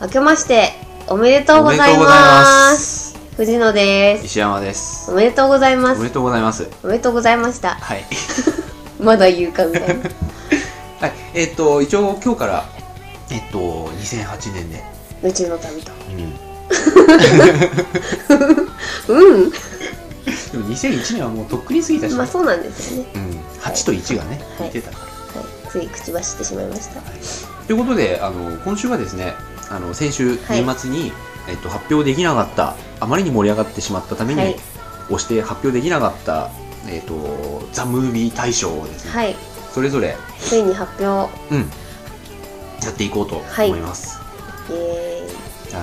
明けましておめでとうございおめでとうございまますす藤野です石山ですおめでとうございまおめすでとうございますおめでとうございました はいまだ言うかみた いなはいえっ、と一応今日からえっ、と2008年で、宇宙の旅とうん、うんでも2001年はもうとっくに過ぎたし、まあそうなんですよねうん、8と1がねはい似てたから、はいつい口走ってしまいましたということであの今週はですねあの先週はい年末に、えっと、発表できなかったあまりに盛り上がってしまったために、はい押して発表できなかった「えっとザ・ムービー大賞をですね、はいそれぞれ、ついに発表うん、やっていこうとはい思います。イエーイ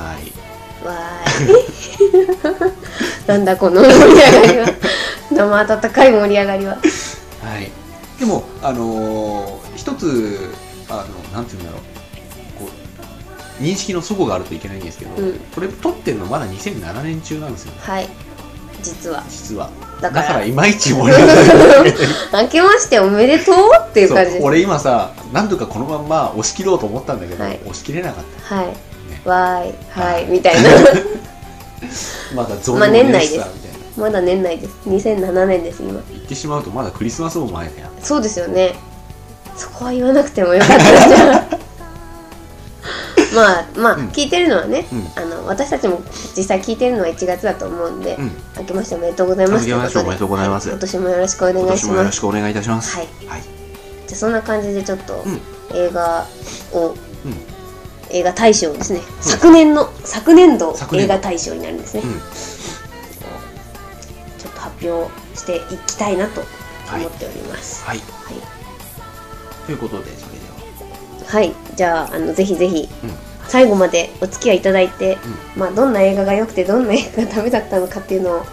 はわいーいなんだこの盛り上が りは生温かい盛り上がりははい、でも、あのー一つあの、なんていうんだろうこう、認識の齟齬があるといけないんですけど、うんこれ、撮ってるのまだ2007年中なんですよ、はい実は実は。だだかからら、いまいち盛り上 がる明けましておめでとうっていう感じそでうす俺、今さ、何度かこのまんま押し切ろうと思ったんだけど、はい押し切れなかっはい、ねわーいははいいみたい なた。まだゾーンまあ年内でしたでみたいな。まだ年内です2007年です今言ってしまうと、まだクリスマスも前だよ。そうですよねそこは言わなくてもよかったんじゃ ないまあまあ、うん聞いてるのはね、うんあの私たちも実際聞いてるのは1月だと思うんで、うん明けましておめでとうございます明けましておめでとうございますとうことではい今年もよろしくお今願い年しもよまろすしくお願いいたします。はいはい。じゃあそんな感じでちょっと、うん映画を、うん映画大賞ですね、昨年の昨年度昨映年度画大賞になるんですね、うんちょっと発表していきたいなと思っておりますはい。はい、ということで、それでは。はいじゃああのぜひぜひ、うん最後までお付き合いいただいて、まあ、どんな映画が良くてどんな映画がダメだったのかっていうのを、あの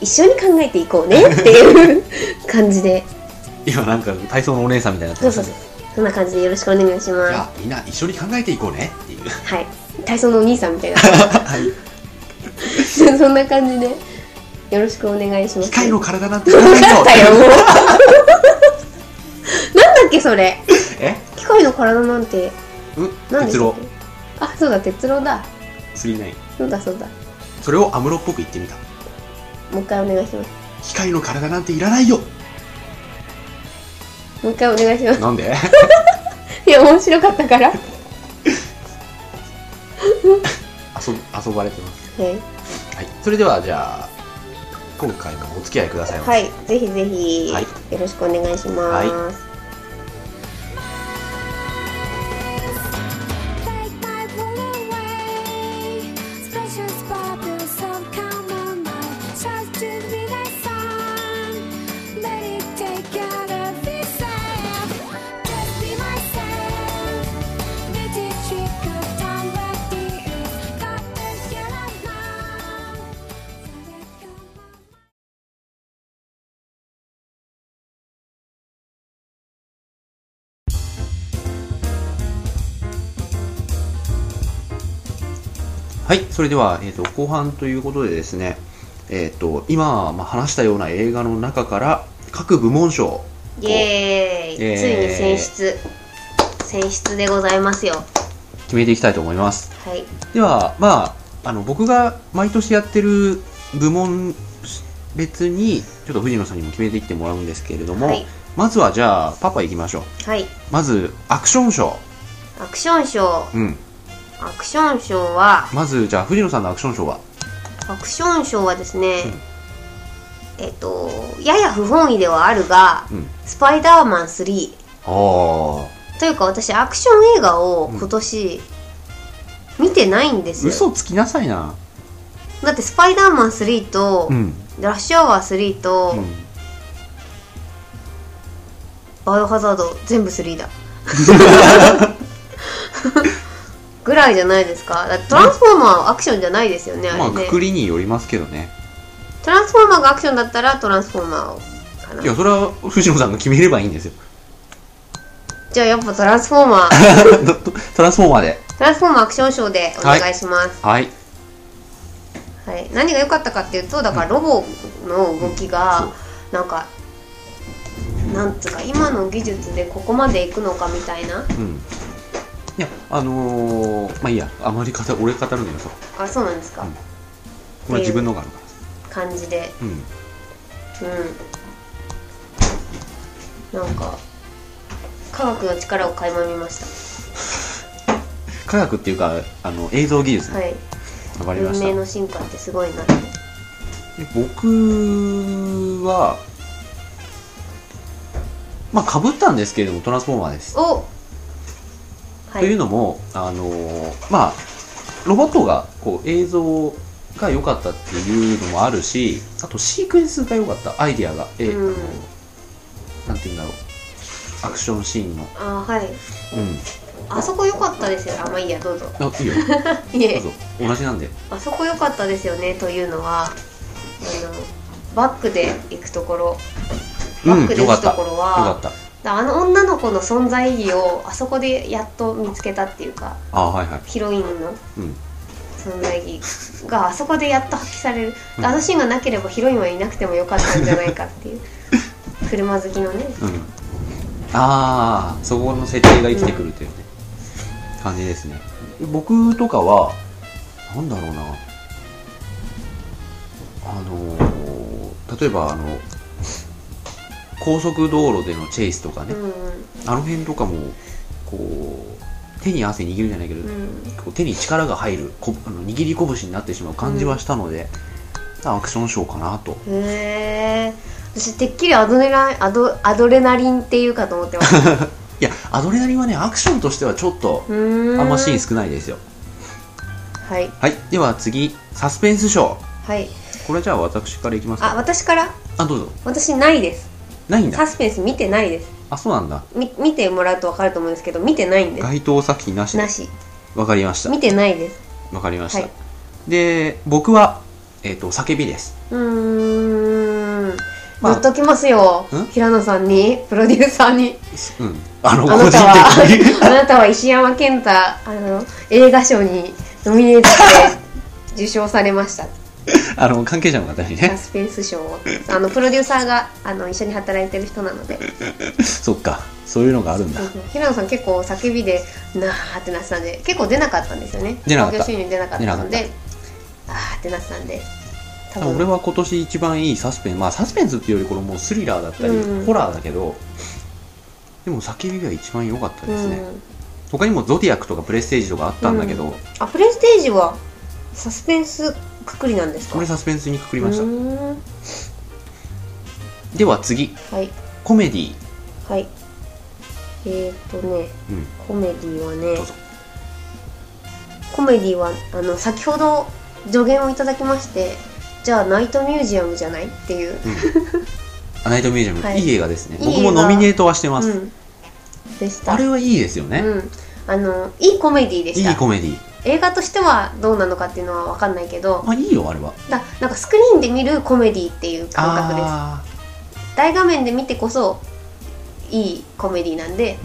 一緒に考えていこうねって いう感じで今なんか体操のお姉さんみたいになってそうまそうしたねそうそんな感じでよろしくお願いしじゃまあみんな一緒に考えていこうねっていうすはい体操のお兄さんみ たいなはいそんな感じでよろしくお願いします機械の体なんて分知らないか ぞったよもうなんだっけそれえ機械の体なんてうん何でし哲たっ郎けあそうだ哲郎だスリーナインそうだそうだそれをアムロっぽく言ってみたもう一回お願いします機械の体なんていらな いよもう一回お願いしますなんでいや面白かった からは遊遊ばれてますい、はいそれではじゃあ今回もお付き合いくださいませはい、ぜひぜひ、はいよろしくお願いします、ははい、それでは、えー、と後半ということでですね、えー、と今、まあ、話したような映画の中から各部門賞イエーイイエーイついに選出選出でございますよ決めていきたいと思いますはいではまああの僕が毎年やってる部門別にちょっと藤野さんにも決めてきてもらうんですけれども、はいまずはじゃあパパ行きましょうはいまずアクション賞アクション賞うんアクション賞はまずじゃあ藤野さんのアクション賞はアクション賞はですね、えっ、とやや不本意ではあるが「うんスパイダーマン3ああ」というか私アクション映画を今年見てないんですよ、嘘つきなさいなだって「スパイダーマン3」とうん「ラッシュアワー3」とうん「バイオハザード」全部3だ ぐらいじゃないですかだってトランスフォーマーはアクションじゃないですよねあまれあねくくりによりますけどねトランスフォーマーがアクションだったらトランスフォーマーをかないやそれは藤野さんが決めればいいんですよ じゃあやっぱトランスフォーマートトランスフォーマーでトランスフォームアクションショーでお願いします、はいはい何が良かったかっていうとだからロボの動きがなんかなんつうか今の技術でここまで行くのかみたいなうんいやあのーまあいいやあまり語俺語るのよそうあそうなんですか、うんまあ自分のがあるから感じでうんうんなんか科学の力を垣間見まし科学っていうかあの映像技術たね、はいわかりま文した明の進化ってすごいなってで僕はまあかぶったんですけれどもトランスフォーマーです、おはといういのもあのーまあロボットがこう映像が良かったっていうのもあるしあとシークエンスが良かったアイディアがえ、うんあのなんて言うんだろうアクションシーンのあはいうんあそこ良かったですよあまあいいやどうぞあい いよいどえうぞ同じなんであそこ良かったですよねというのはあのバックで行くところうバんックでよか行っくたとよころかっは、たあの女の子の存在意義をあそこでやっと見つけたっていうかあはいはいヒロインのうん存在意義があそこでやっと発揮される、うんあのシーンがなければヒロインはいなくてもよかったんじゃないかっていう車好きのねうん、ああそこの設定が生きてくるというね、感じですね僕とかはなんだろうなあのー例えばあの高速道路でのチェイスとかうね、んあの辺とかもこう手に汗握るじゃないけど、うんうんこう手に力が入るこあの握り拳になってしまう感じはしたので、アクションショーかなとへえ私てっきりアドレナアドアドレナリンっていうかと思ってました いやアドレナリンはねアクションとしてはちょっとうーんあんまシーン少ないですよはいはい、では次、サスペンスショー。はいこれじゃあ私からいきますあか。私からあ、どうぞ。私ないですないんサだ。スペンス見てないですあ、そうなんだ。み見てもらうと分かると思うんですけど見てないんです該当作品なしでな。しわかりました。見てないですわかりました。はいで、僕は、えっ、と、叫びです。うーん、まあ乗っときますよん平野さんにプロデューサーにうん。あの、あ個な人た的に。 は あなたは石山健太あの映画賞にノミネートされ受賞されましたあの、関係者の方にサね。スペンス賞をあのプロデューサーがあの一緒に働いてる人なのでそっか。そういうのがあるんだ。平野さん結構叫びでなーってなってたんで結構出なかったんですよね出なかった興行収入出なかったの出であーってなってたんで多俺は今年一番いいサスペンス、まあサスペンスっていうよりこれもうスリラーだったり、うんホラーだけど、でも叫びが一番良かったですね。うん、他にもゾディアックとかプレステージとかあったんだけど、うあプレステージはサスペンスくくりなんですかこれサスペンスにくくりました。うーんでは次はいコメディはいえー、っとねうんコメディはねどうぞコメディはあの先ほど助言をいただきましてじゃあナイトミュージアムじゃないっていう、アナイトミュージアム、はいい、い映画ですねいい映画僕もノミネートはしてます、うん、でしたあれはいいですよね、うんあのいいコメディでしいたいコメディ映画としてはどうなのかっていうのは分かんないけどまあいいよあれはだなんかスクリーンで見るコメディっていう感覚ですあ大画面で見てこそいいコメディなんで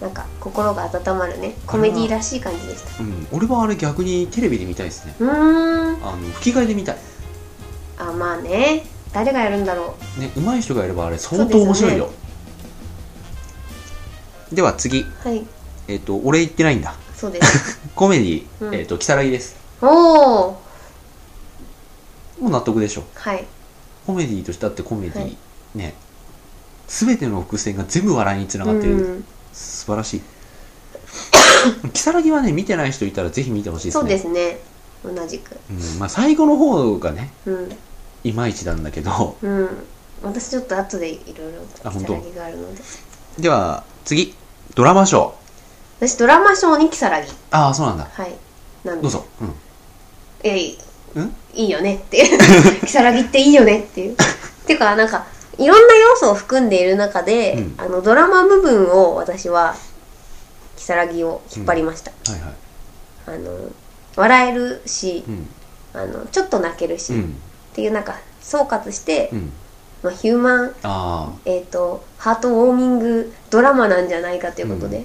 ーなんか心が温まるねコメディらしい感じでしたうん、うん、俺はあれ逆にテレビで見たいですねうーんあの吹き替えで見たいあまあね誰がやるんだろね上手い人がいればあれ相当面白いよそでは次うはいえっ、と俺言ってないんだそうです コメディ、うんえっ、と如月ですおおもう納得でしょはいコメディとしてあってコメディ、はいね全ての伏線が全部笑いにつながってる、うん素晴らしい 如月はね見てない人いたらぜひ見てほしいですねそうですね同じくうんまあ、最後の方がねうんいまいちなんだけどうん私ちょっと後でいろいろとあき本さ当らぎがあるのででは次ドラマショー私ドラマ賞にきさらぎああそうなんだはいなんでどうぞ、うん、いやいやんいいよねって いう如月っていいよねって いうていうかなんかいろんな要素を含んでいる中で、うんあのドラマ部分を私は如月を引っ張りました、はいはいあの笑えるしう、んあのちょっと泣けるし、うっんていうなんか総括して、うんまあ、ヒューマン、あえー、とハートウォーミングドラマなんじゃないかということで、う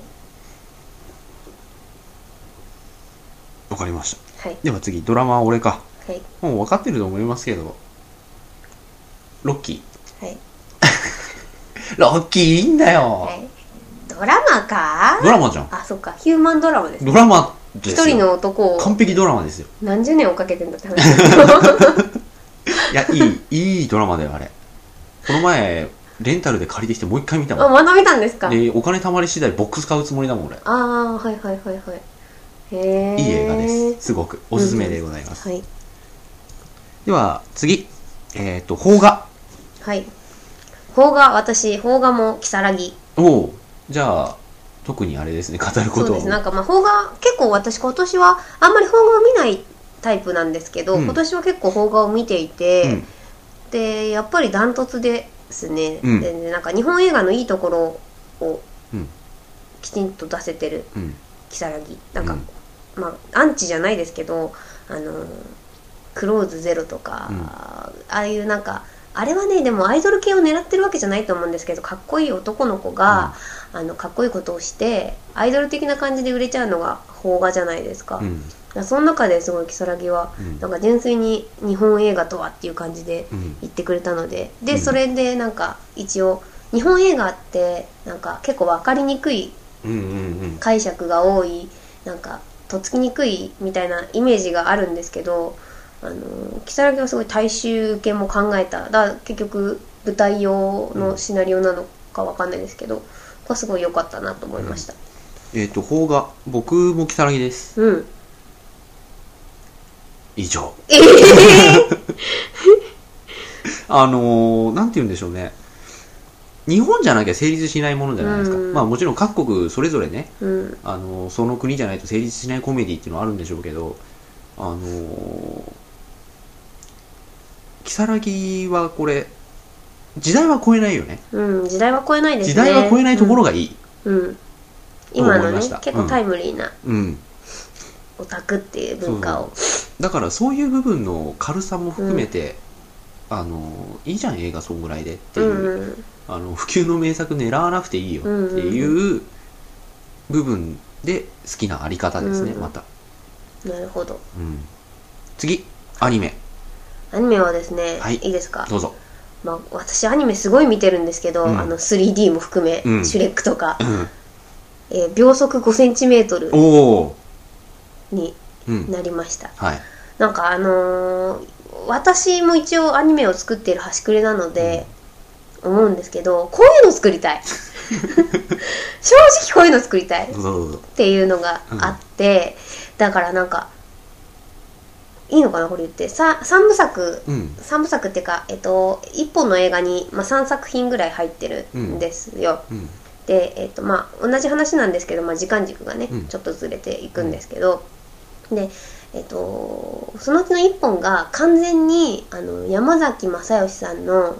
あわかりましたはいでは次ドラマは俺かはいもう分かってると思いますけどロッキはいーロッキーいいんだよ、はいどドラマかドラマじゃんあそっかヒューマンドラマですねドラマです一よ人の男を完璧ドラマですよ何十年追っかけてんだっ て話ですけどいやいいいいドラマだよあれこの前レンタルで借りてきてもう一回見たあもんまだ見たんですか、でお金貯まり次第ボックス買うつもりだもん俺ああはいはいはいはいへえいい映画ですすごくおすすめでございます、はいでは次えっ、と邦画はい邦画私邦画も如月おうじゃあ特にあれですね語るこそうとですなんはかまあ邦画結構私今年はあんまり邦画を見ないタイプなんですけど、うん今年は結構邦画を見ていて、うんでやっぱりダントツですね、うんでねなんか日本映画のいいところをうんきちんと出せてるうん如月なんか、うんまあアンチじゃないですけどあのークローズゼロとか、うんああいうなんかあれはねでもアイドル系を狙ってるわけじゃないと思うんですけどかっこいい男の子が、あのかっこいいことをしてアイドル的な感じで売れちゃうのが邦画じゃないですか,、うんその中ですごい如月はうんなんか純粋に日本映画とはっていう感じでうん言ってくれたのでで、うんそれでなんか一応日本映画ってなんか結構分かりにくいうんうんうん解釈が多いなんかとっつきにくいみたいなイメージがあるんですけどあの木更木はすごい大衆受けも考えただから結局舞台用のシナリオなのかわかんないですけど、ここはすごい良かったなと思いましたえっ、と邦画僕も如月ですうん、以上ええ あのー、なんて言うんでしょうね日本じゃなきゃ成立しないものじゃないですか、うんまあもちろん各国それぞれねうんあのその国じゃないと成立しないコメディっていうのはあるんでしょうけどあのー、如月はこれ時代は超えないよねうん時代は超えないですね時代は超えないところが、がいい、うんうん今のと思いねました結構タイムリーなうんオタクっていう文化をだからそういう部分の軽さも含めて、あのーいいじゃん映画そんぐらいでっていう、うんうんあの普及の名作狙わなくていいよっていう部分で好きなあり方ですね、うんまた、なるほどうん、次アニメアニメはですね、はいいいですかどうぞまあ、私アニメすごい見てるんですけど、うんあの 3D も含め、うんシュレックとか、えー秒速 5cm おおにうんなりましたはいなんかあのー私も一応アニメを作っている端くれなので、思うんですけどこういうの作りた い正直こういうの作りたいどうぞどうぞっていうのがあって、だからなんかいいのかなこれ言ってさ3部作うん3部作っていうか、えっと、1本の映画に、まあ、3作品ぐらい入ってるんですよ、うんで、えっとまあ、同じ話なんですけど、まあ、時間軸がね、うんちょっとずれていくんですけど、で、えっと、そのうちの1本が完全にあの山崎正義さんの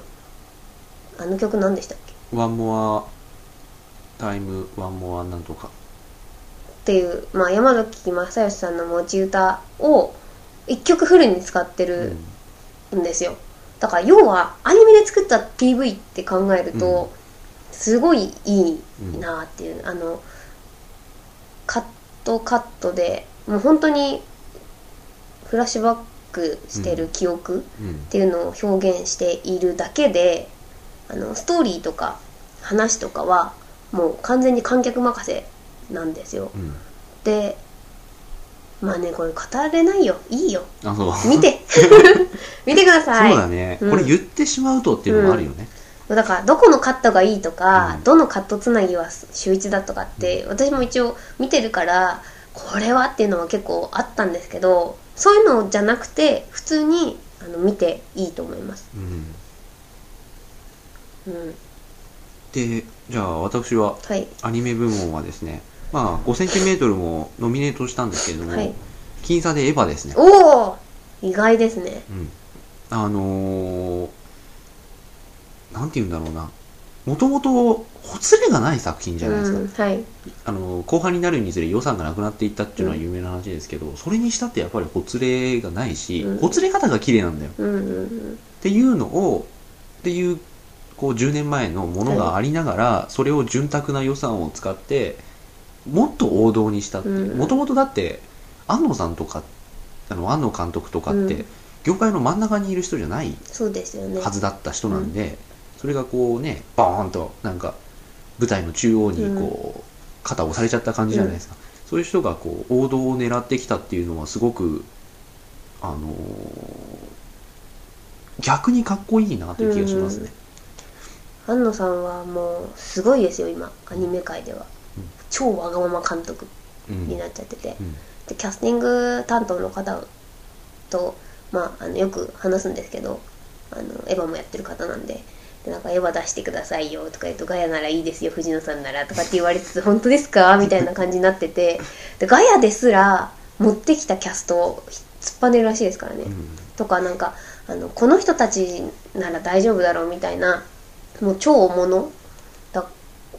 あの曲何でしたっけワンモアタイムワンモアなんとかっていう、まあ、山崎正義さんの持ち歌を1曲フルに使ってうるんんですよだから要はアニメで作った PV って考えると、すごいいいなあっていう、あのカットカットでもう本当にフラッシュバックしてる記憶うんっていうのを表現しているだけであのストーリーとか話とかはもう完全に観客任せなんですようんでまあねこれ語れないよいいよあそう見て見てください そうだね、うんこれ言ってしまうとっていうのもあるよね、だからどこのカットがいいとか、うんどのカットつなぎは秀逸だとかって、私も一応見てるからこれはっていうのは結構あったんですけどそういうのじゃなくて普通にあの見ていいと思います、うんうん、でじゃあ私ははいアニメ部門はですねまあ 5cm もノミネートしたんですけれども、はい僅差でエヴァですね、おお意外ですねうん、あのー、なんて言うんだろうなもともとほつれがない作品じゃないですか、うん、はいあの後半になるにつれ予算がなくなっていったっていうのは有名な話ですけど、それにしたってやっぱりほつれがないし、うんほつれ方が綺麗なんだようんうんっていうのをっていうこう10年前のものがありながら、それを潤沢な予算を使ってもっと王道にしたってうんもともとだって安野さんとかあの安野監督とかって、うん業界の真ん中にいる人じゃないそうですよねはずだった人なんで、それがこうねバーンとなんか舞台の中央にこう、肩を押されちゃった感じじゃないですか、そういう人がこう王道を狙ってきたっていうのはすごくあのー逆にかっこいいなという気がしますね、安野さんはもうすごいですよ今アニメ界では、うん超わがまま監督うんになっちゃってて、うんでキャスティング担当の方と、まあ、あのよく話すんですけどあのエヴァもやってる方なんで。でなんかエヴァ出してくださいよとか言うとガヤならいいですよ藤野さんならとかって言われつ つ本当ですかみたいな感じになっててでガヤですら持ってきたキャストを突っぱねるらしいですからね、うんとかなんかあのこの人たちなら大丈夫だろうみたいなもう超大物だ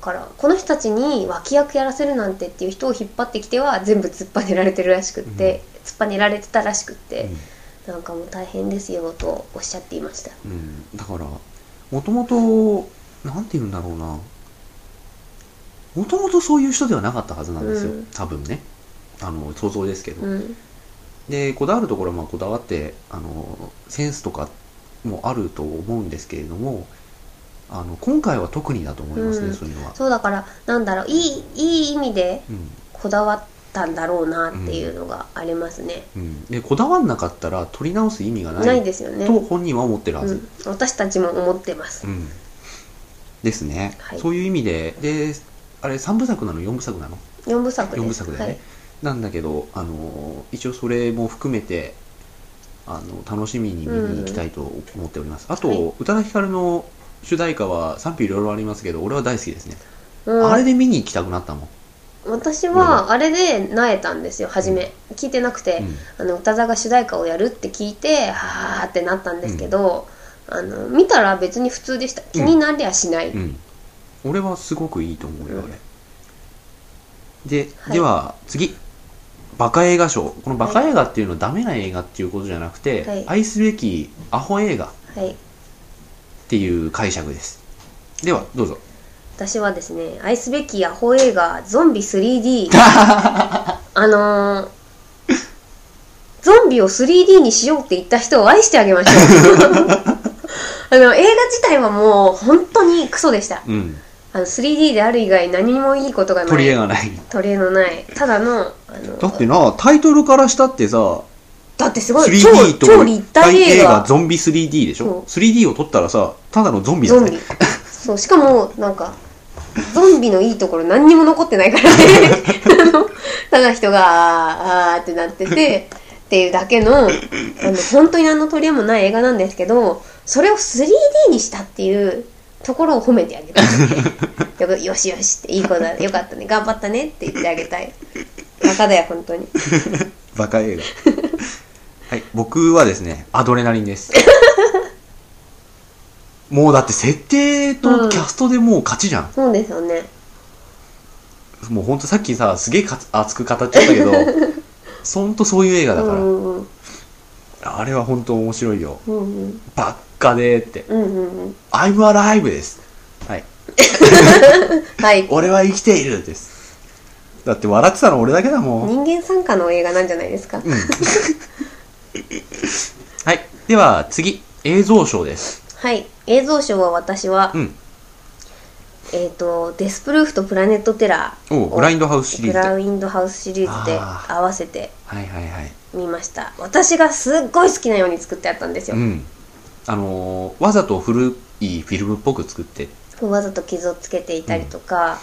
からこの人たちに脇役やらせるなんてっていう人を引っ張ってきては全部突っぱねられてるらしくって、突っぱねられてたらしくって、なんかもう大変ですよとおっしゃっていましたうん、だからもともとなんて言うんだろうなもともとそういう人ではなかったはずなんですよ、うん多分ねあの想像ですけど、うんでこだわるところはまあこだわってあのセンスとかもあると思うんですけれどもあの今回は特にだと思いますね、うんそういうのは、そうだからなんだろういいいい意味でうんこだわったんだろうなっていうのがありますね、うん、でこだわんなかったら取り直す意味がないないですよね、と本人は思ってるはうず、ん、私たちも思ってます、うんですね、はいそういう意味でであれ3部作なの4部作なの四部作です4部作だよね、はいなんだけど、あのー一応それも含めてあの楽しみに見に行きたいと思っております、あと、はい宇多田ヒカルの主題歌は賛否いろいろありますけど俺は大好きですね、うん、あれで見に行きたくなったもん、私うはあれでなえたんですよ初め、聞いてなくて、うあんの歌座が主題歌をやるって聞いてはあってなったんですけど、あの見たら別に普通でした気になりゃしない、うん、俺はすごくいいと思うよあれ、で、はいでは次バカ映画賞このバカ映画っていうのはダメな映画っていうことじゃなくて、はい愛すべきアホ映画っはいていう解釈ですではどうぞ私はですね愛すべきアホ映画「ゾンビ 3D」あのーゾンビを 3D にしようって言った人を愛してあげま しょうあの映画自体はもう本当にクソでしたうんあの 3D である以外何もいいことがない取り柄がない取り柄のないただのあのだってなタイトルからしたってさだってすごい超 3D と超立体映画ゾンビ 3D でしょ 3D を撮ったらさただのゾンビだゾンねビそうしかもなんかゾンビのいいところ何にも残ってないからね あのただ人があーあーってなっててっていうだけのあの本当に何の取り柄もない映画なんですけどそれを 3D にしたっていうところを褒めてあげたいよくよしよしっていい子だよかったね頑張ったねって言ってあげたいバカだよ本当にバカ 映画はい僕はですねアドレナリンですもうだって設定とキャストでもう勝ちじゃん、そうですよねもうほんとさっきさすげえかつ熱く語っちゃったけ どほんとそういう映画だうから、んうんあれは本当面白いようんうんばっかでーってうんうんうん「I'm alive」ですはいはい俺は生きているですだって笑ってたの俺だけだもん人間参加の映画なんじゃないですか、はいでは次映像賞ですはい映像賞は私は、うんえっ、とデスプルーフとプラネットテラーおをブラインドハウスシリーズブでラはインドハウスシリーズであー合わせていはいはいみました私がすっごい好きなように作ってあったんですよう、んあのーわざと古いフィルムっぽく作ってわざと傷をつけていたりとか、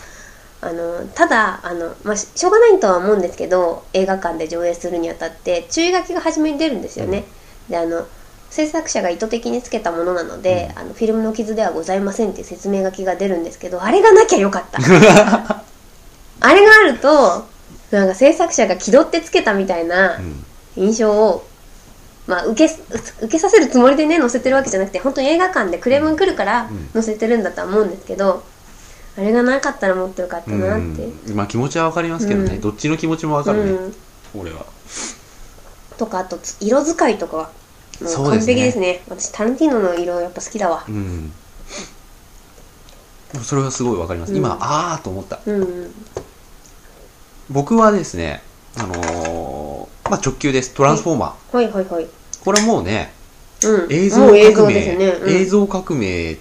あのただあの、まあ、ししょうがないとは思うんですけど映画館で上映するにあたって注意書きが初めに出るんですよね。であの制作者が意図的につけたものなので、あのフィルムの傷ではございませんっていう説明書きが出るんですけどあれがなきゃよかった あれがあるとなんか制作者が気取ってつけたみたいなうん印象を、まあ、受け受けさせるつもりでね載せてるわけじゃなくて本当に映画館でクレームが来るからうん載せてるんだとは思うんですけど、あれがなかったらもっとよかったなって、うんまあ気持ちはわかりますけどね、うんどっちの気持ちもわかるね、うん俺はとかあとつ色使いとかはもそううで完すね璧ですね私タランティーノの色やっぱ好きだわうんそれはすごいわかります、うん今ああと思ったうんうん僕はですねあのーまあ直球ですトランスフォーマー、はいはいはい、これもうねうん、映も像う映革像命ですね、うん映像革命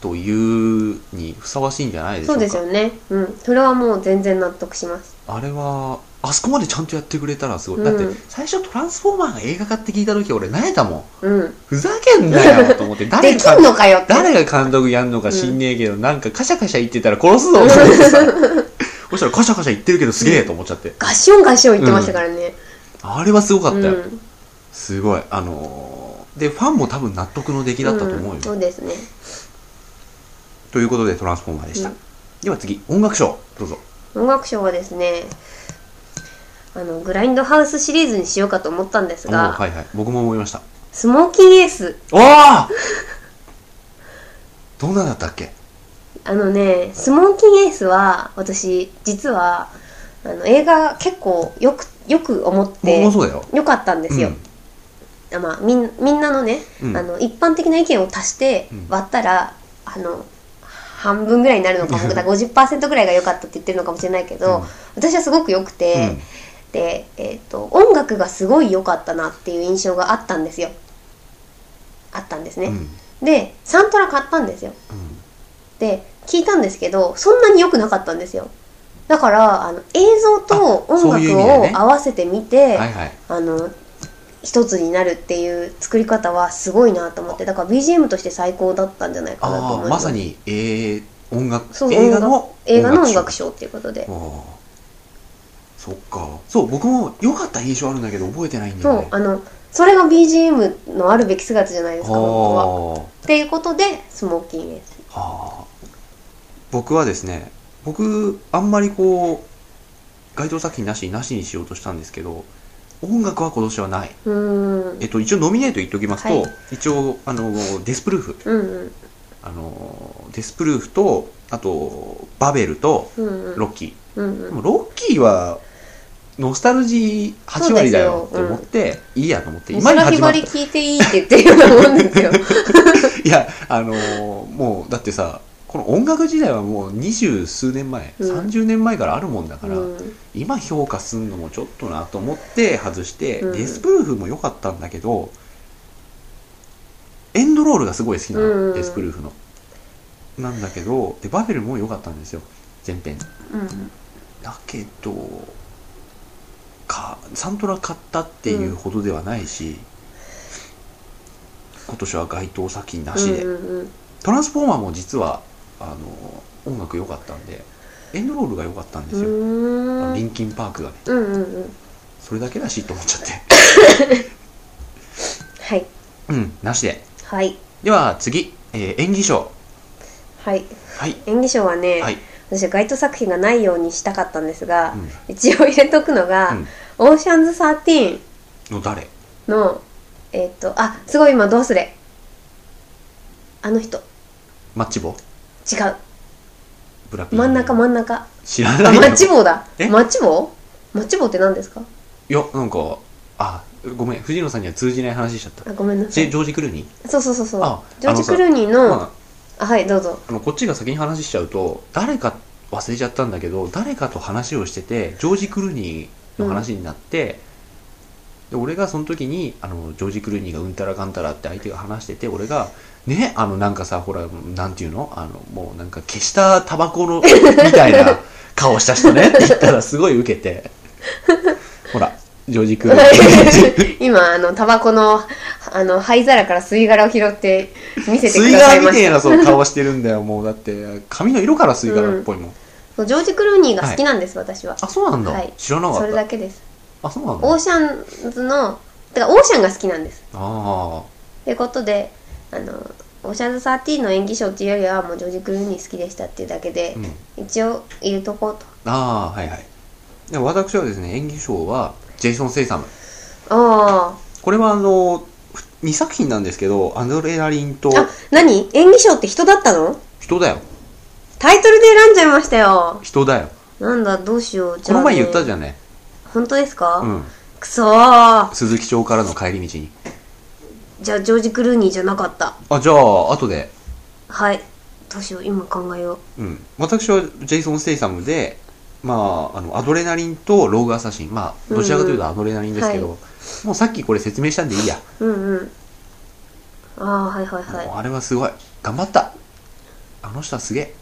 というにふさわしいんじゃないでしそょううかですよねうんそれはもう全然納得しますあれはあそこまでちゃんとやってくれたらすごい、うんだって最初「トランスフォーマー」が映画化って聞いた時俺なえたもんうんふざけんなよと思って誰できがんのかよって誰が監督やんのか知んねえけど、なんかカシャカシャ言ってたら殺すぞと思ってさそしたらカシャカシャ言ってるけどすげえと思っちゃって、ガシオンガシオン言ってましたからね、あれはすごかうっん、たよ、すごいあのーでファンも多分納得の出来だったと思うよ、んそうですねということで「トランスフォーマー」でした、うんでは次音楽賞どうぞ音楽賞はですねあのグラインドハウスシリーズにしようかと思ったんですおーが、はいはい僕も思いましたスモーキンエースおー どんなだったっけあのねスモーキンエースは私実はあの映画結構よくよく思っ僕てもそうだよよかったんですよ、あまあ、みんみんなのね、うんあの一般的な意見を足してうん割ったら、あの半分ぐらいになるの かもだから50%ぐらいが良かったって言ってるのかもしれないけど、うん私はすごく良くうんて、で、えっと音楽がすごい良かったなっていう印象があったんですよあったんですね、うんうんでサントラ買ったんですよで聞いたんですけどそんなに良くなかったんですよだからあの映像とあ音そういう意楽味でねを合わせてみてはいはいあの一つになるっていう作り方はすごいなと思ってだから BGM として最高だったんじゃないかなとあ思あいまますさに、えー、音楽そう映画の映画の音楽賞っていうことで、おーそっかそう僕も良かった印象あるんだけど覚えてないんだそようねあのそれが BGM のあるべき姿じゃないですか本当ははっていうことでスモーキンエースあはあ僕はですね僕あんまりこう該当作品なしなしにしようとしたんですけど音楽は今年はないうーんえっと一応ノミネート言っておきますと、は一応あのデスプルーフうんあのデスプルーフとあとバベルとうんうんうんロッキーうんでうんもロッキーはノスタルジー8割だよと思って、いいやと思って美空ひ始まばっりた聞いていいって言ってるようなもんですよいやあのーもうだってさこの音楽時代はもう二十数年前、うん30年前からあるもんだから、うん今評価すんのもちょっとなと思って外して、うんデスプルーフも良かったんだけどエンドロールがすごい好きなの、うんデスプルーフのなんだけどでバフェルも良かったんですよ前編うんだけどかサントラ買ったっていうほどではないし、今年は該当作品なしで、うんうんうんトランスフォーマーも実はあの音楽良かったんでエンドロールが良かったんですよ、あのうーリんンキンパークがねうんうんうんそれだけだしと思っちゃってはいうんなしではいでは次、えー演技賞はいはい演技賞はね、はい、私は該当作品がないようにしたかったんですが、うん一応入れとくのが、うんオーシャンズ13の誰のえっ、とあすごい今どうすれあの人マッチボ違ブラうピ真ん中真んん中知らなあいよマッチ棒だえマッチ棒マッチ棒って何ですかいやなんかあごめん藤野さんには通じない話しちゃったあごめんなさジェいジョージ・クルーニーそうそうそうそうあジョージ・あのさクルーニーのまああはいどうぞあのこっちが先に話しちゃうと誰か忘れちゃったんだけど誰かと話をしててジョージ・クルーニーの話になって、で俺がその時にあのジョージ・クルーニーがうんたらかんたらって相手が話してて俺が「ねあのなんかさほらなんていうのあのもうなんか消したタバコのみたいな顔した人ね」って言ったらすごいウケてほらジョージ・クルーニー 今あのタバコのあの灰皿から吸い殻を拾って見せて吸くいださ殻いみまたしいたなそう顔してるんだよもうだって髪の色から吸い殻っぽいもん、そうジョージ・クルーニーが好きなんです、私はあそうなんだ、はい知らなかそっれただけですあ、そうなんだ。オーシャンズのてかオーシャンが好きなんですあということであのオーシャンズ13の演技賞っていうよりはもうジョージ・クルーニー好きでしたっていうだけであ、う、ん。一応入れとこうとああ、はいはい。で私はですね、演技賞は、ジェイソン・セイサム。あこれはあの、2作品なんですけど、アドレナリンとあ、あ何演技賞って人だったの人だよ。タイトルで選んじゃいましたよ人だよ。なんだどうしようこの前言ったゃんじゃんね。本当ですか、うん。くそー鈴木町からの帰り道に。じゃあジョージ・クルーニーじゃなかったあ、じゃあ、後で。はいどうしよう今考えよううん。私はジェイソン・セイサムで、まあ、あの、アドレナリンとローグ・アサシン。まあ、どちらかというとアドレナリンですけど、うんもうさっきこれ説明したんでいいや。うんうんああはいはいはいもうあれはすごい。頑張った。あの人はすげえ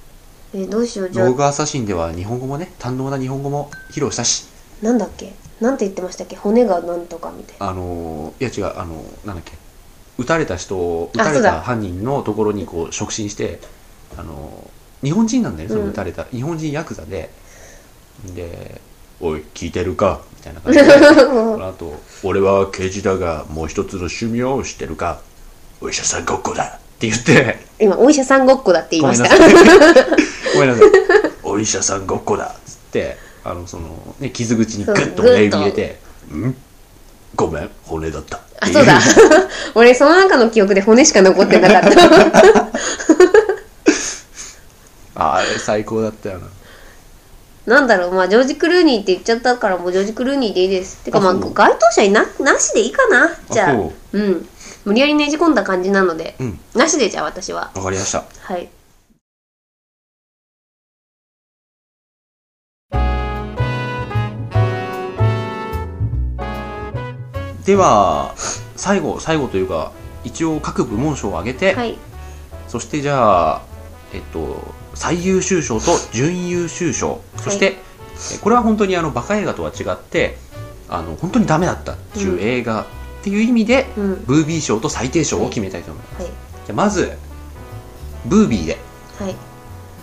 えーどうしようじゃローあグアサシンでは日本語もね堪能な日本語も披露したしなんだっけなんて言ってましたっけ骨がなんとかみたいなあのーいや違うあのーなんだっけ撃たれた人を撃たそれうただ犯人のところにこう触進してあのー日本人なんだよねそのうん撃たれた、日本人ヤクザでで「おい聞いてるか」みたいな感じ でその後俺は刑事だがもう一つの趣味を知ってるかお医者さんごっこだ」って言って今お医者さんごっこだって言いごまめんしなたさいごめんなさいお医者さんごっこだっつってあのその、ね、傷口にグッとそう親グッと指入れて「んごめん骨だった」あそう だ 俺その中の記憶で骨しか残ってなかった ああれ最高だったよななんだろうまあジョージ・クルーニーって言っちゃったからもうジョージ・クルーニーでいいですてかまああそう該当者いななしでいいかなじゃああそううん無理やりねじ込んだ感じなので、うんなしでじゃあ私はわかりましたはいでは最後最後というか一応各部門賞を挙げて、はいそしてじゃあえっと最優秀賞と準優秀賞そして、えこれは本当にあのバカ映画とは違ってあの本当にダメだったっていううん映画っていう意味で、うんブービー賞と最低賞を決めたいと思います、はいじゃあまずブービーではい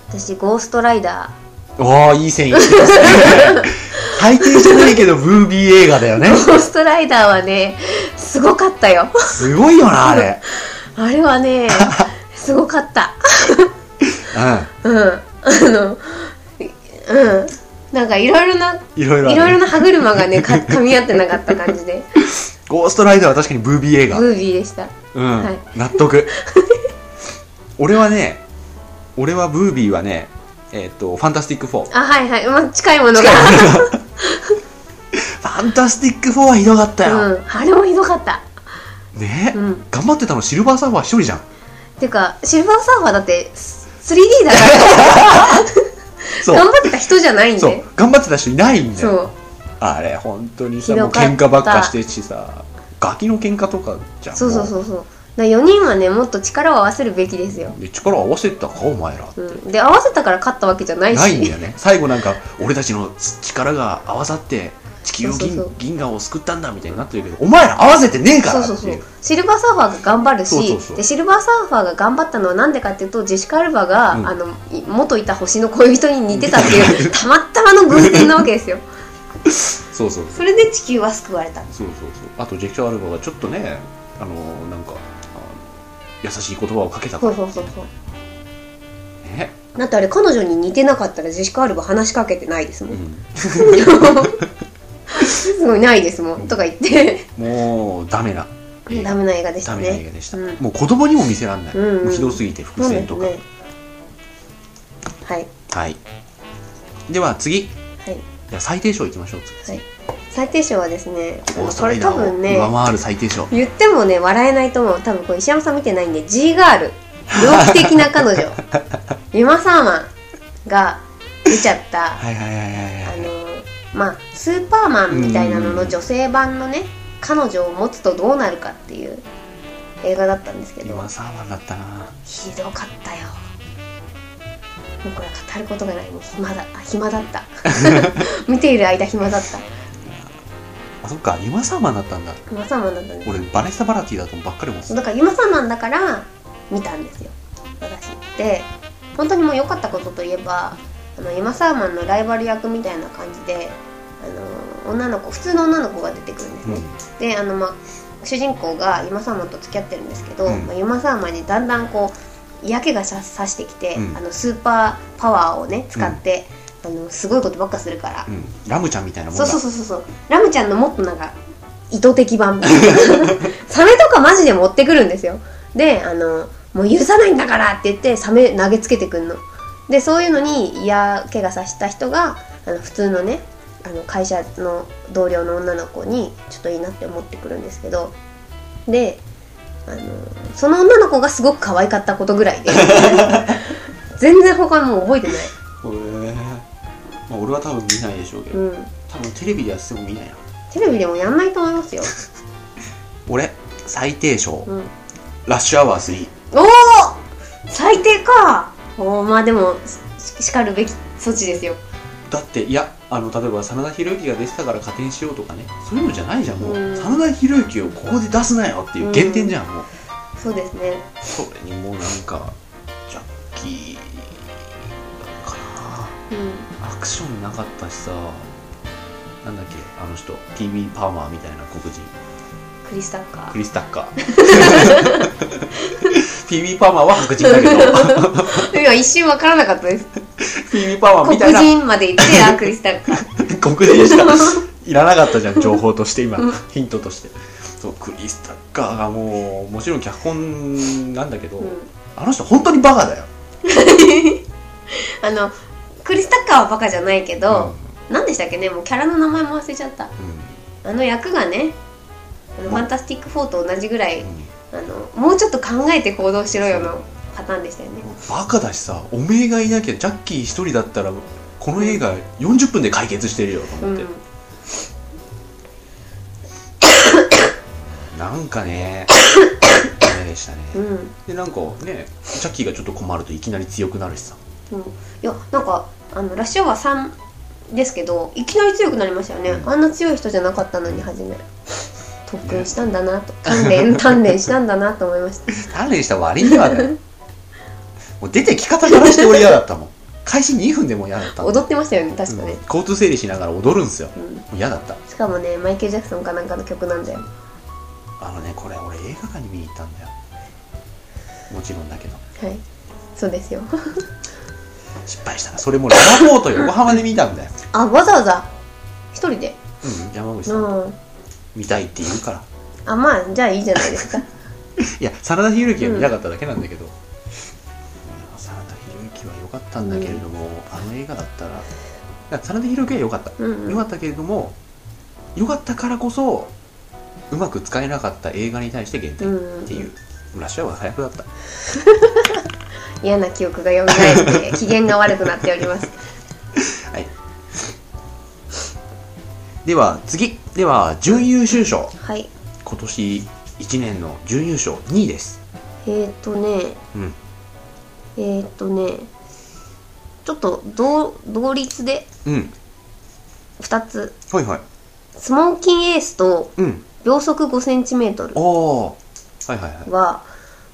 私ゴーストライダおおいい線いってます ね最低じゃないけどブービー映画だよねー ゴーストライダーはねすごかったよ すごいよなあれあれは ねすごかったううんあのうんなんかいろいろないんいろいろあろるいろな歯車が ねか噛み合ってなかった感じでゴーストライダーは確かにブービー映画、ブービーでしたうん、はい納得 俺はね俺はブービーはねえっ、と「ファンタスティック4」フあはいはい、まあ、近いものがァンタスティック4はひどかったよ、うんあれもひどかったね、うん頑張ってたのシルバーサーファー一人じゃんてかシルバーサーファーだって 3D だから そう頑張ってた人じゃないんでそう頑張ってた人いないんだそようあれ本当にさひもどうかった喧嘩ばっかしてしさガキの喧嘩とかじゃんそうそうそううそうだ4人はねもっと力を合わせるべきですよ、で力合わせたかお前らって、うん、で合わせたから勝ったわけじゃないしないんだよね最後なんか俺たちの力が合わさって地球を銀そうそうそう銀河を救ったんだみたいになってるけどお前ら合わせてねえかそうらってそいううそうシルバーサーファーが頑張るしそうそうそうでシルバーサーファーが頑張ったのはなんでかっていうとジェシカ・アルバが、うんあのい元いた星の恋人に似てたっていう たまたまの偶然なわけですよそうそうそうそれで地球は救われたそうそうそうあとジェキャー・アルバがちょっとねあのなんかあの優しい言葉をかけたかそうらそうそうそうね、だってあれ彼女に似てなかったらジェシカ・アルバ話しかけてないですも、うんん、すごいないですもんとか言ってもうダメなダメな映画でしたダねメな映画でした、うんもう子供にも見せらんない、うんうんもうひどすぎて伏そうで線すとか、ねはいはいでは次はいじゃあ最低賞いきましょうはい最低賞はですねオーストこラれリア多を分ね上回る最低賞、言ってもね笑えないと思う多分これ石山さん見てないんで G ガール猟奇的な彼女ユマサーマンが出ちゃったあはいはいはいはいはいのまあスーパーマンみたいなのの女性版のね彼女を持つとどうなるかっていう映画だったんですけど今サーバーだったなひどかったよもうこれ語ることがないもう暇だあ暇だった見ている間暇だったあそっかユマサーマンだったんだユマサーマンだったんです俺バネスタ・バラティだとばっかり思ってそたうだからユマサーマンだから見たんですよ私で本当にもう良かったことといえばあのユマサーマンのライバル役みたいな感じであの女の子普通の女の子が出てくるんですうんね、であのまあ主人公がユマサーマンと付き合ってるんですけど、うんまあ、ユマサーマンにだんだんこう嫌気がささしてきて、うんあのスーパーパワーをね使って、あのすごいことばっかするから、うん、ラムちゃんみたいなもんそだうそうそうそうそうラムちゃんのもっとなんか意図的 版サメとかマジで持ってくるんですよであのもう許さないんだからって言ってサメ投げつけてくんのでそういうのに嫌気がさした人があの普通のねあの会社の同僚の女の子にちょっといいなって思ってくるんですけどであのその女の子がすごく可愛かったことぐらい で全然他はもう覚えてない、これまあ、俺は多分見ないでしょうけど、うん、多分テレビでやっても見ないなテレビでもやんないと思いますよ、俺最低賞、うんラッシュアワー3おお最低かおーまあでもししかるべき措置ですよだっていやあの例えば真田広之が出てたから加点しようとかねそういうのじゃないじゃんもう、うん真田広之をここで出すなよっていう原点じゃん、もうそうですねそれにもうなんかジャッキーかうんなアクションなかったしさなんだっけあの人 PB パーマーみたいな黒人クリスタッカクーリスタッ カー PB パーマーは白人 だけどいや一瞬わからなかったです PB パーマー黒みたいな人まで行ってあクリスタッカー黒人でしたいらなかったじゃん情報として今ヒントとしてそうクリスタッカーがもうもちろん脚本なんだけど、うんあの人本当にバカだよ、あのクリスタッカーはバカじゃないけうんど、なん、でしたっけねもうキャラの名前も忘れちゃったあの役がねあのうんファンタスティック4と同じぐらい、うんうんあのもうちょっと考えて行動しろよのパターンでしたよねバカだしさおめえがいなきゃジャッキー一人だったらこの映画40分で解決してるよとう思んって、なんか ねダメでしたねうん、でなんかねジャッキーがちょっと困るといきなり強くなるしさうん、いやなんかあのラッシュアワー3ですけどいきなり強くなりましたよね、あんな強い人じゃなかったのに 初め特訓したんだなと鍛 錬鍛錬したんだなと思いま した鍛錬した割には だよもう出てき方からして俺嫌だったもん開始2分でも嫌だったもん踊ってましたよね確かうんね、交通整理しながら踊るんすよもうんう嫌だったしかもねマイケル・ジャクソンかなんかの曲なんだよあのねこれ俺映画館に見に行ったんだよもちろんだけどはいそうですよ失敗したなそれもララポート横浜で見たんだよ あわざわざ一人でうん山口うさんん見たいって言うからあまあじゃあいいじゃない ですかいや真田広之が見たかっただけなんだけど、うん真田広之は良かったんだけれども、あの映画だったらだから真田広之は良かったうん、う良ん、かったけれども良かったからこそうまく使えなかった映画に対して減点っていう、ラッシュアワーが早くだった嫌な記憶が蘇って機嫌が悪くなっておりますでは次では準優秀賞はい今年1年の準優勝2位ですえー、っとねうんえー、っとねちょっと同同率でうん2つはいはいスモーキンエースとうん秒速 5cm おーはいはいはいは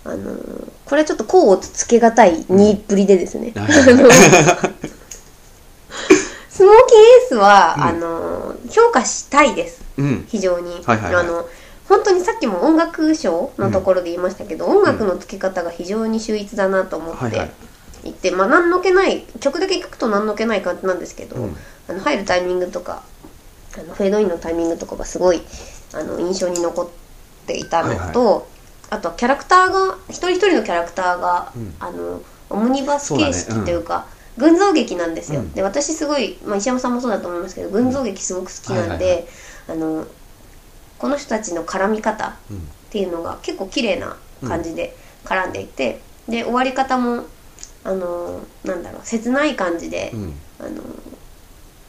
あのーこれはちょっと甲をつけがたい2っぷりでですね、はいはいはいあ のスモーキンエースは、うんあのー評価したいですうん非常に、はいはいはあいの本当にさっきも音楽賞のところで言いましたけど、音楽の付け方が非常に秀逸だなと思って、はいはい言って、まあ、何の気ない曲だけ聴くと何の気ない感じなんですけど、うんあの入るタイミングとかあのフェードインのタイミングとかがすごいあの印象に残っていたのと、あとはキャラクターが一人一人のキャラクターが、うんあのオムニバス形そうだねう式んというか群像劇なんですよ、うんで私すごい、まあ、石山さんもそうだと思いますけど群像劇すごく好きなんはいはいであのこの人たちの絡み方っうんていうのが結構綺麗な感じで絡んでいて、で終わり方もあのなんだろう切ない感じで、うんあの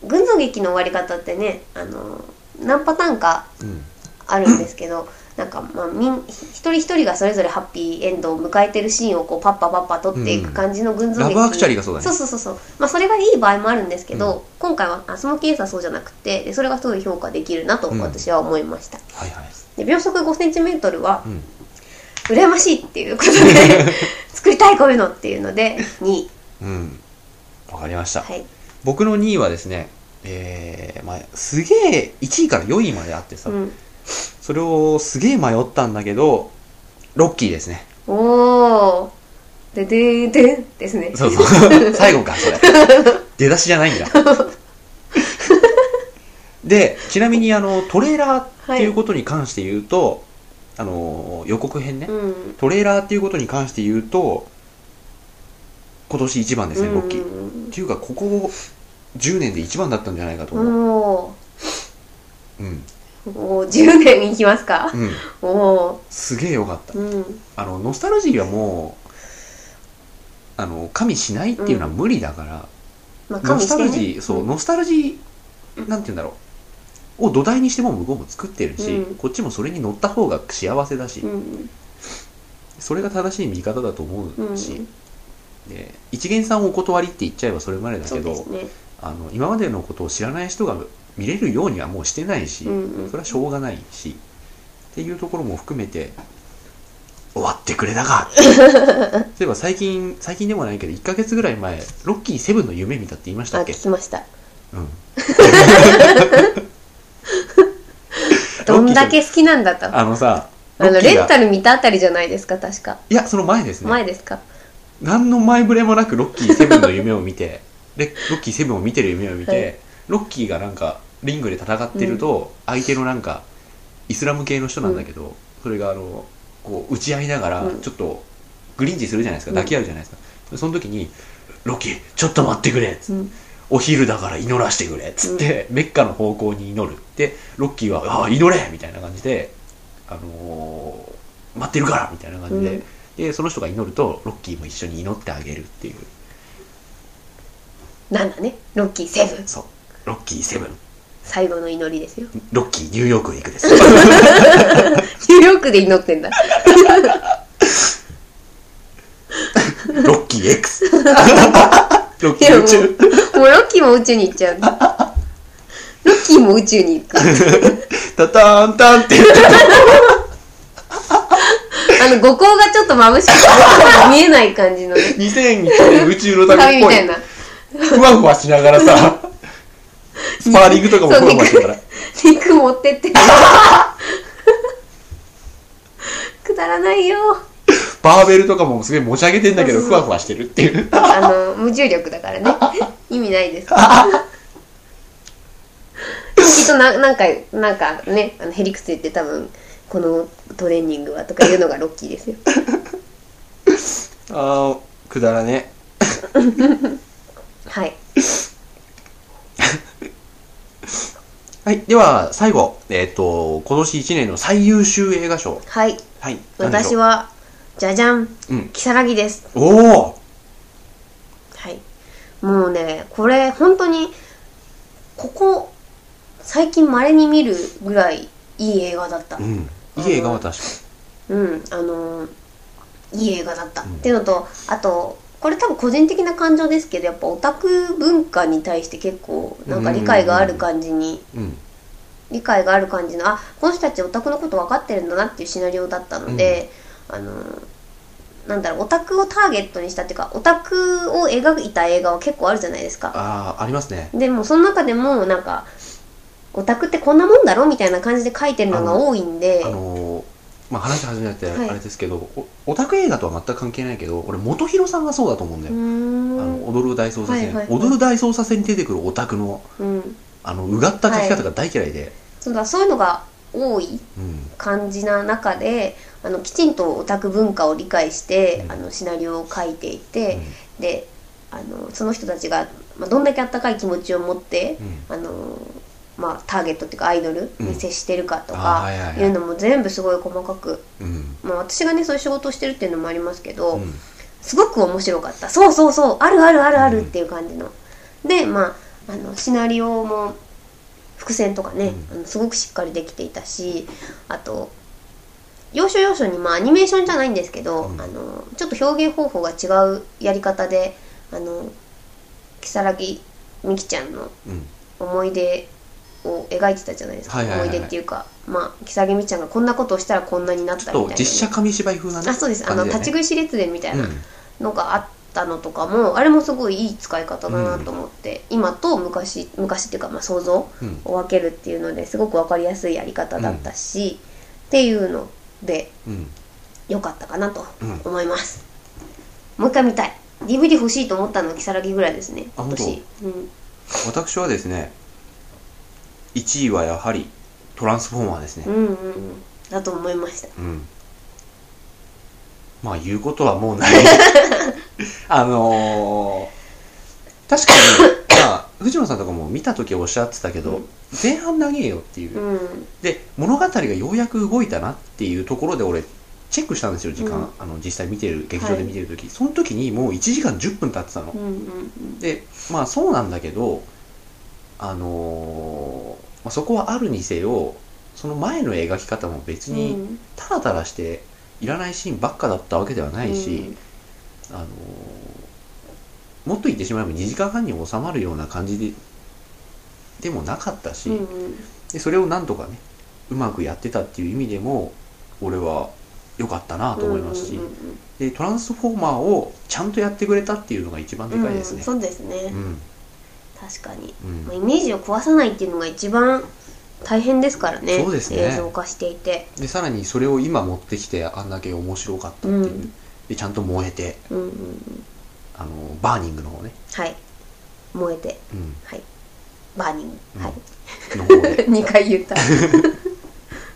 群像劇の終わり方ってねあの何パターンかうんあるんですけどなんか、まあ、みん一人一人がそれぞれハッピーエンドを迎えてるシーンをこうパッパパッパ撮っていく感じの群像ラ劇、ブアクチャリーがそうだねそうそうそうそう、まあ、それがいい場合もあるんですけど、う今回はあそのケースはそうじゃなくてでそれがすごい評価できるなとうん私は思いました、はいはいで秒速 5cm はうん羨ましいっていうこと で作りたいこういうのっていうので2位うんわかりました、はい僕の2位はですねえー、まあすげえ1位から4位まであってさ、うん、それをすげえ迷ったんだけどロッキーで すねおおででーでんですねそうそう。最後か、それ。出だしじゃないんだ。で、ちなみに、あの、トレーラーっていうことに関して言うと、あの、予告編ね、うんトレーラーっていうことに関して言うと、今年一番ですね、ロッキー。っーていうか、ここ10年で一番だったんじゃないかと思う。おうん。ーおー10年いきますか うおん。おすげえよかったー。うんあの、ノスタルジーはもう、あの、加味しないっていうのは無理だから、まあ加ノ味スしタて、ルね、ジー、そう、ノスタルジー、なんて言うんだろう。を土台にしても向こうも作ってるし、うんこっちもそれに乗った方が幸せだし、うんそれが正しい見方だと思うし、うんで一元さんお断りって言っちゃえばそれまでだそけうでど、すねあの今までのことを知らない人が見れるようにはもうしてないし、うんうんそれはしょうがないしっていうところも含めて終わってくれ たかそういえば最近最近でもないけど1ヶ月ぐらい前ロッキーセブンの夢見たって言いまあしたっ聞けきましたうん どんだけ好きなんだとああのさのロッキーレがンタル見たあたりじゃないですか確かいやその前ですね前ですか何の前触れもなくロッキーセブンの夢を見 てでロッキーセブンを見てる夢を見て、はいロッキーがなんかリングで戦ってると、相手のなんかイスラム系の人なんだけど、それがあのこう打ち合いながらうんちょっとグリンジするじゃないですか、うん抱き合うじゃないですかでその時に「ロッキーちょっと待ってくれ」うんお昼だから祈らしてくれ」っつって、メッカの方向に祈るでロッキーは「ああ祈れ!」みたいな感じで「あのー待ってるから!」みたいな感じで、うんでその人が祈るとロッキーも一緒に祈ってあげるっていうなんだねロッキーセブンそうロッキーセブン最後の祈りですよロッキーニューヨークへ行くです ニューヨークで祈ってん だロッキー X ロッいキやーも宇う宙もうロッキーも宇宙に行っちゃうロッキーも宇宙に行くあタターンタンって言っての五光がちょっと眩しくて 見えない感じのね 2001年宇宙の旅旅っみぽたいいなふわふわしなが らさスパーリングとかもふわふわしてたから肉持ってってくだらないよバーベルとかもすげえ持ち上げてんだけどふわふわしてるっ ていうあの無重力だからね意味ないですでもきっとななんかなんかねあのへりくつ言って多分このトレーニングはとかいうのがロッキーですよあーくだらねはいはいでは最後えっ、と今年1年の最優秀映画賞はいはい私ははじゃじゃんうん如月ですおおはいもうねこれ本当にここ最近まれに見るぐらいいい映画だったうんいい映画は確かうん、あのーいい映画だった、うんっていうのとあとこれ多分個人的な感情ですけどやっぱオタク文化に対して結構なんか理解がある感じにうん理解がある感じのあこの人たちオタクのこと分かってるんだなっていうシナリオだったので、あのーなんだろうオタクをターゲットにしたっていうかオタクを描いた映画は結構あるじゃないですかああありますねでもその中でもなんかオタクってこんなもんだろみたいな感じで書いてるのが多いんであのーまあ、話始めてはいあれですけど、おオタク映画とは全く関係ないけど俺元弘さんがそうだと思うんだうーよ、んあの踊る大捜査は線、いはいはい踊る大捜査線に出てくるオタクのうんあのうがった書き方が大嫌いで、そうだそういうのが多いうん感じな中であのきちんとオタク文化を理解して、うんあのシナリオを書いていうてん、であのその人たちが、まあ、どんだけあったかい気持ちを持って、うあのまあ、ターゲットっていうかアイドルに接してるかとあーかはいはいはいいうのも全部すごい細かく、うんまあ、私がねそういう仕事をしてるっていうのもありますけど、うんすごく面白かったそうそうそうあるあるあるあるっていう感じの、でまああのシナリオも伏線とかね、あのすごくしっかりできていたしあと要所要所にまあアニメーションじゃないんですけど、うんあのちょっと表現方法が違うやり方であの如月美紀ちゃんのうん思い出を描いてたじゃないですか、はいはいはいは思いい出っていうかまあ如月美紀ちゃんがこんなことをしたらこんなになったみちょたっいなね、と実写紙芝居風なねあそうですあの感じだ立ちよ食ねいし列伝みたいな、うんのがあったのとかもあれもすごいいい使い方だなと思って、今と昔昔っていうか、まあ、想像うんを分けるっていうのですごく分かりやすいやり方だったし、っていうのでうん良かったかなとうん思います、もう一回見たい DVD 欲しいと思ったのは如月ぐらいですねあ今年、うん、私はですね1位はやはりトランスフォーマーですうね、んうんうんだと思いましたうんまあ言うことはも うないあのー確かに、まあ、藤野さんとかも見た時おっしゃってたけど、うん前半長えよっていう、うんで物語がようやく動いたなっていうところで俺チェックしたんですよ時間、うんあの実際見てる劇場で見てる時、その時にもう1時間10分経ってたのうんう、んでまあそうなんだけどあのーまあ、そこはあるにせよその前の描き方も別うんうにんタラタラしていらないシーンばっかだったわけではないし、あのーもっと言ってしまえば2時間半に収まるような感じででもなかったし、うんうんでそれをなんとかねうまくやってたっていう意味でも俺は良かったなと思いますし、うんうんうんでトランスフォーマーをちゃんとやってくれたっていうのが一番でかいですうんね。そうですね、うん確かに、うんまあイメージを壊さないっていうのが一番大変ですからねそうですね映像化していてでさらにそれを今持ってきてあんだけ面白かったっていう、うんでちゃんと燃えてうんうんうんあのバーニングの方ね、はい燃えてうんはいバーニング、うんはいの方 で、2回 言った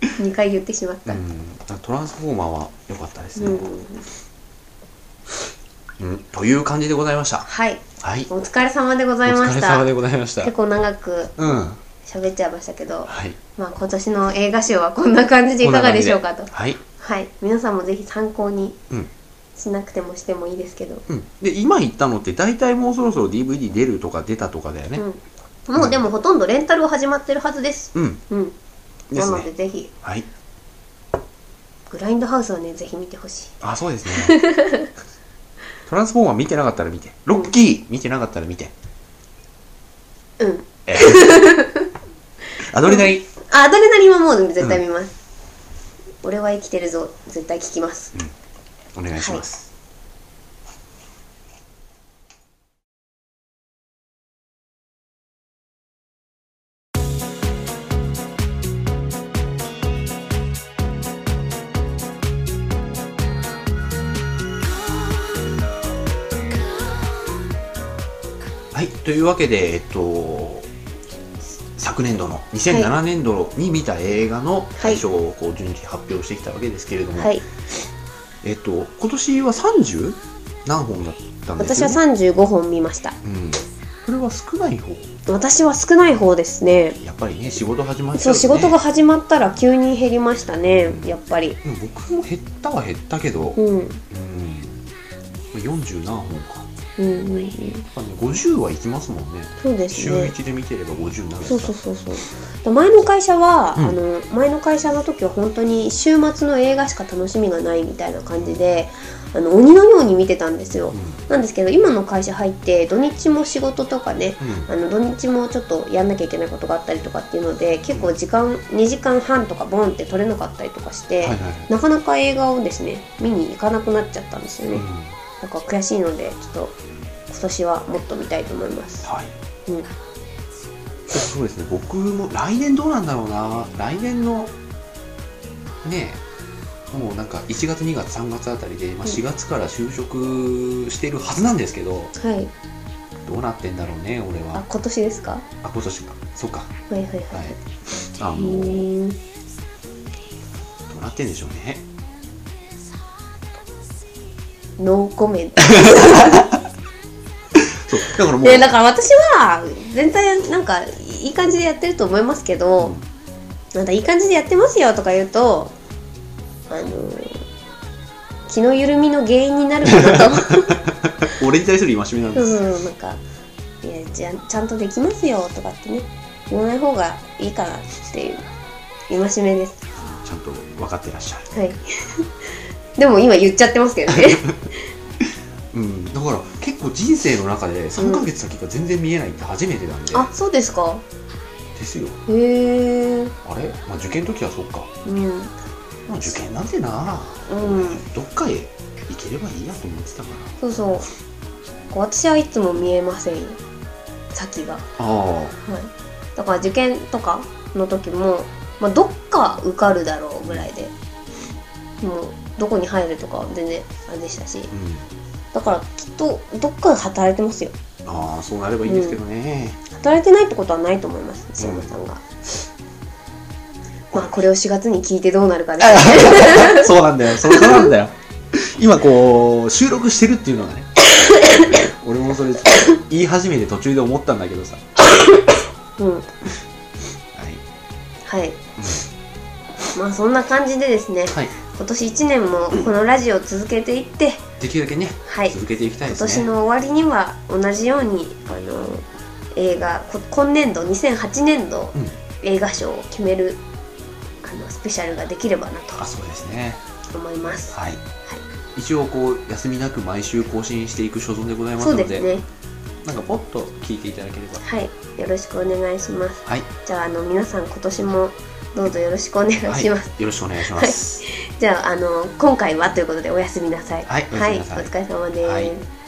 2回言ってしまっうた、うんん、だからトランスフォーマーは良かったですね、うんうんという感じでございましたはいはいお疲れ様でごおざいま疲しれ様たでございました結構長くうんは喋っちゃいましたけど、いまあ、今年の映画賞はこんな感じでいかがでしょうかとはい、はい皆さんもぜひ参考にうんしなくてもしてもいいですけど、うん、で今言ったのって大体もうそろそろ DVD 出るとか出たとかだよねうん、もうでもほとんどレンタルは始まってるはずですうん、うんでなすのでねぜひはいグラインドハウスはねぜひ見てほしいあそうですね トランスフォーマー見てなかったら見てロッキー見てなかったら見てうんえ アドレナリンあアドレナリンはもう絶対見ます、俺は生きてるぞ絶対聞きますお願いします、はい、というわけで、えっと、昨年度の2007年度に見た映画の大賞をこう順次発表してきたわけですけれども、はいえっと、今年は 30? 何本だったんです私よ、はね、 35本見ましたうん、これは少ない方私は少ない方ですねやっぱりね仕事始まっちそゃううと、ね、仕事が始まったら急に減りましたねやっぱりうん僕も減ったは減ったけど、うんうん40何本かうんうんうんやっぱね50はいきますもんねそうです週ね1で見てれば50になるそうそうそうそう前の会社は、うんあの前の会社の時は本当に週末の映画しか楽しみがないみたいな感じであの鬼のように見てたんですようんなんですけど今の会社入って土日も仕事とかねあうんの土日もちょっとやんなきゃいけないことがあったりとかっていうので結構時間2時間半とかボンって取れなかったりとかして、はいはいはいなかなか映画をですね見に行かなくなっちゃったんですようね、んなんか悔しいのでちょっと今年はもっと見たいと思います、はいうん、そうですね僕も来年どうなんだろうな来年のねえもうなんか1月2月3月あたりで、まあ、うん4月から就職してるはずなんですけど、はいどうなってんだろうね俺あは今年ですかはあ今年かそうかいはいはい、はいあのうどーんうなってんでしょうねノーコメントそう だからもう、でだから私は全体なんかいい感じでやってると思いますけど、うんなんかいい感じでやってますよとか言うとあの気の緩みの原因になるかなと 俺に対する戒めなんうです、んなんかいやじゃちゃんとできますよとかってね言わない方がいいかなっていう戒めですちゃんと分かってらっしゃるはい でも今言っちゃってますけどねうんだから結構人生の中で3ヶ月先が全然見えないって初めてなんで、 あそうですかですよへえあれ、まあ、受験の時はそうかうんまあ受験なんてな、うんどっかへ行ければいいやと思ってたからそうそうこう私はいつも見えませんよ先があはい、だから受験とかの時も、まあ、どっか受かるだろうぐらいでもうどこに入るとかは全然あれでしたしあうんだからきっとどっかで働いてますよああそうなればいいんですけどね、働いてないってことはないと思います西山さんが、まあこれを4月に聞いてどうなるかですね そうなんだよ、そうなんだよ。 今こう収録してるっていうの がね、俺もそれ言い始めて途中で思ったんだけどさ。うんはい。はいまあそんな感じでですねはい。今年1年もこのラジオを続けていってできるだけね、はい続けていきたいで今すね。年の終わりには同じようにあの映画こ今年度2008年度うん。映画賞を決めるあのスペシャルができればなあ、そうですね。と思います。はい。一応こう休みなく毎週更新していく所存でございますそうのでですねなんかポッと聞いていただければはいよろしくお願いしますはい、じゃああの皆さん今年もどうぞよろしくお願いします、 はい、よろしくお願いします、じゃああの今回はということでおやすみなさいはいおやすみなさいお疲れ様です、はい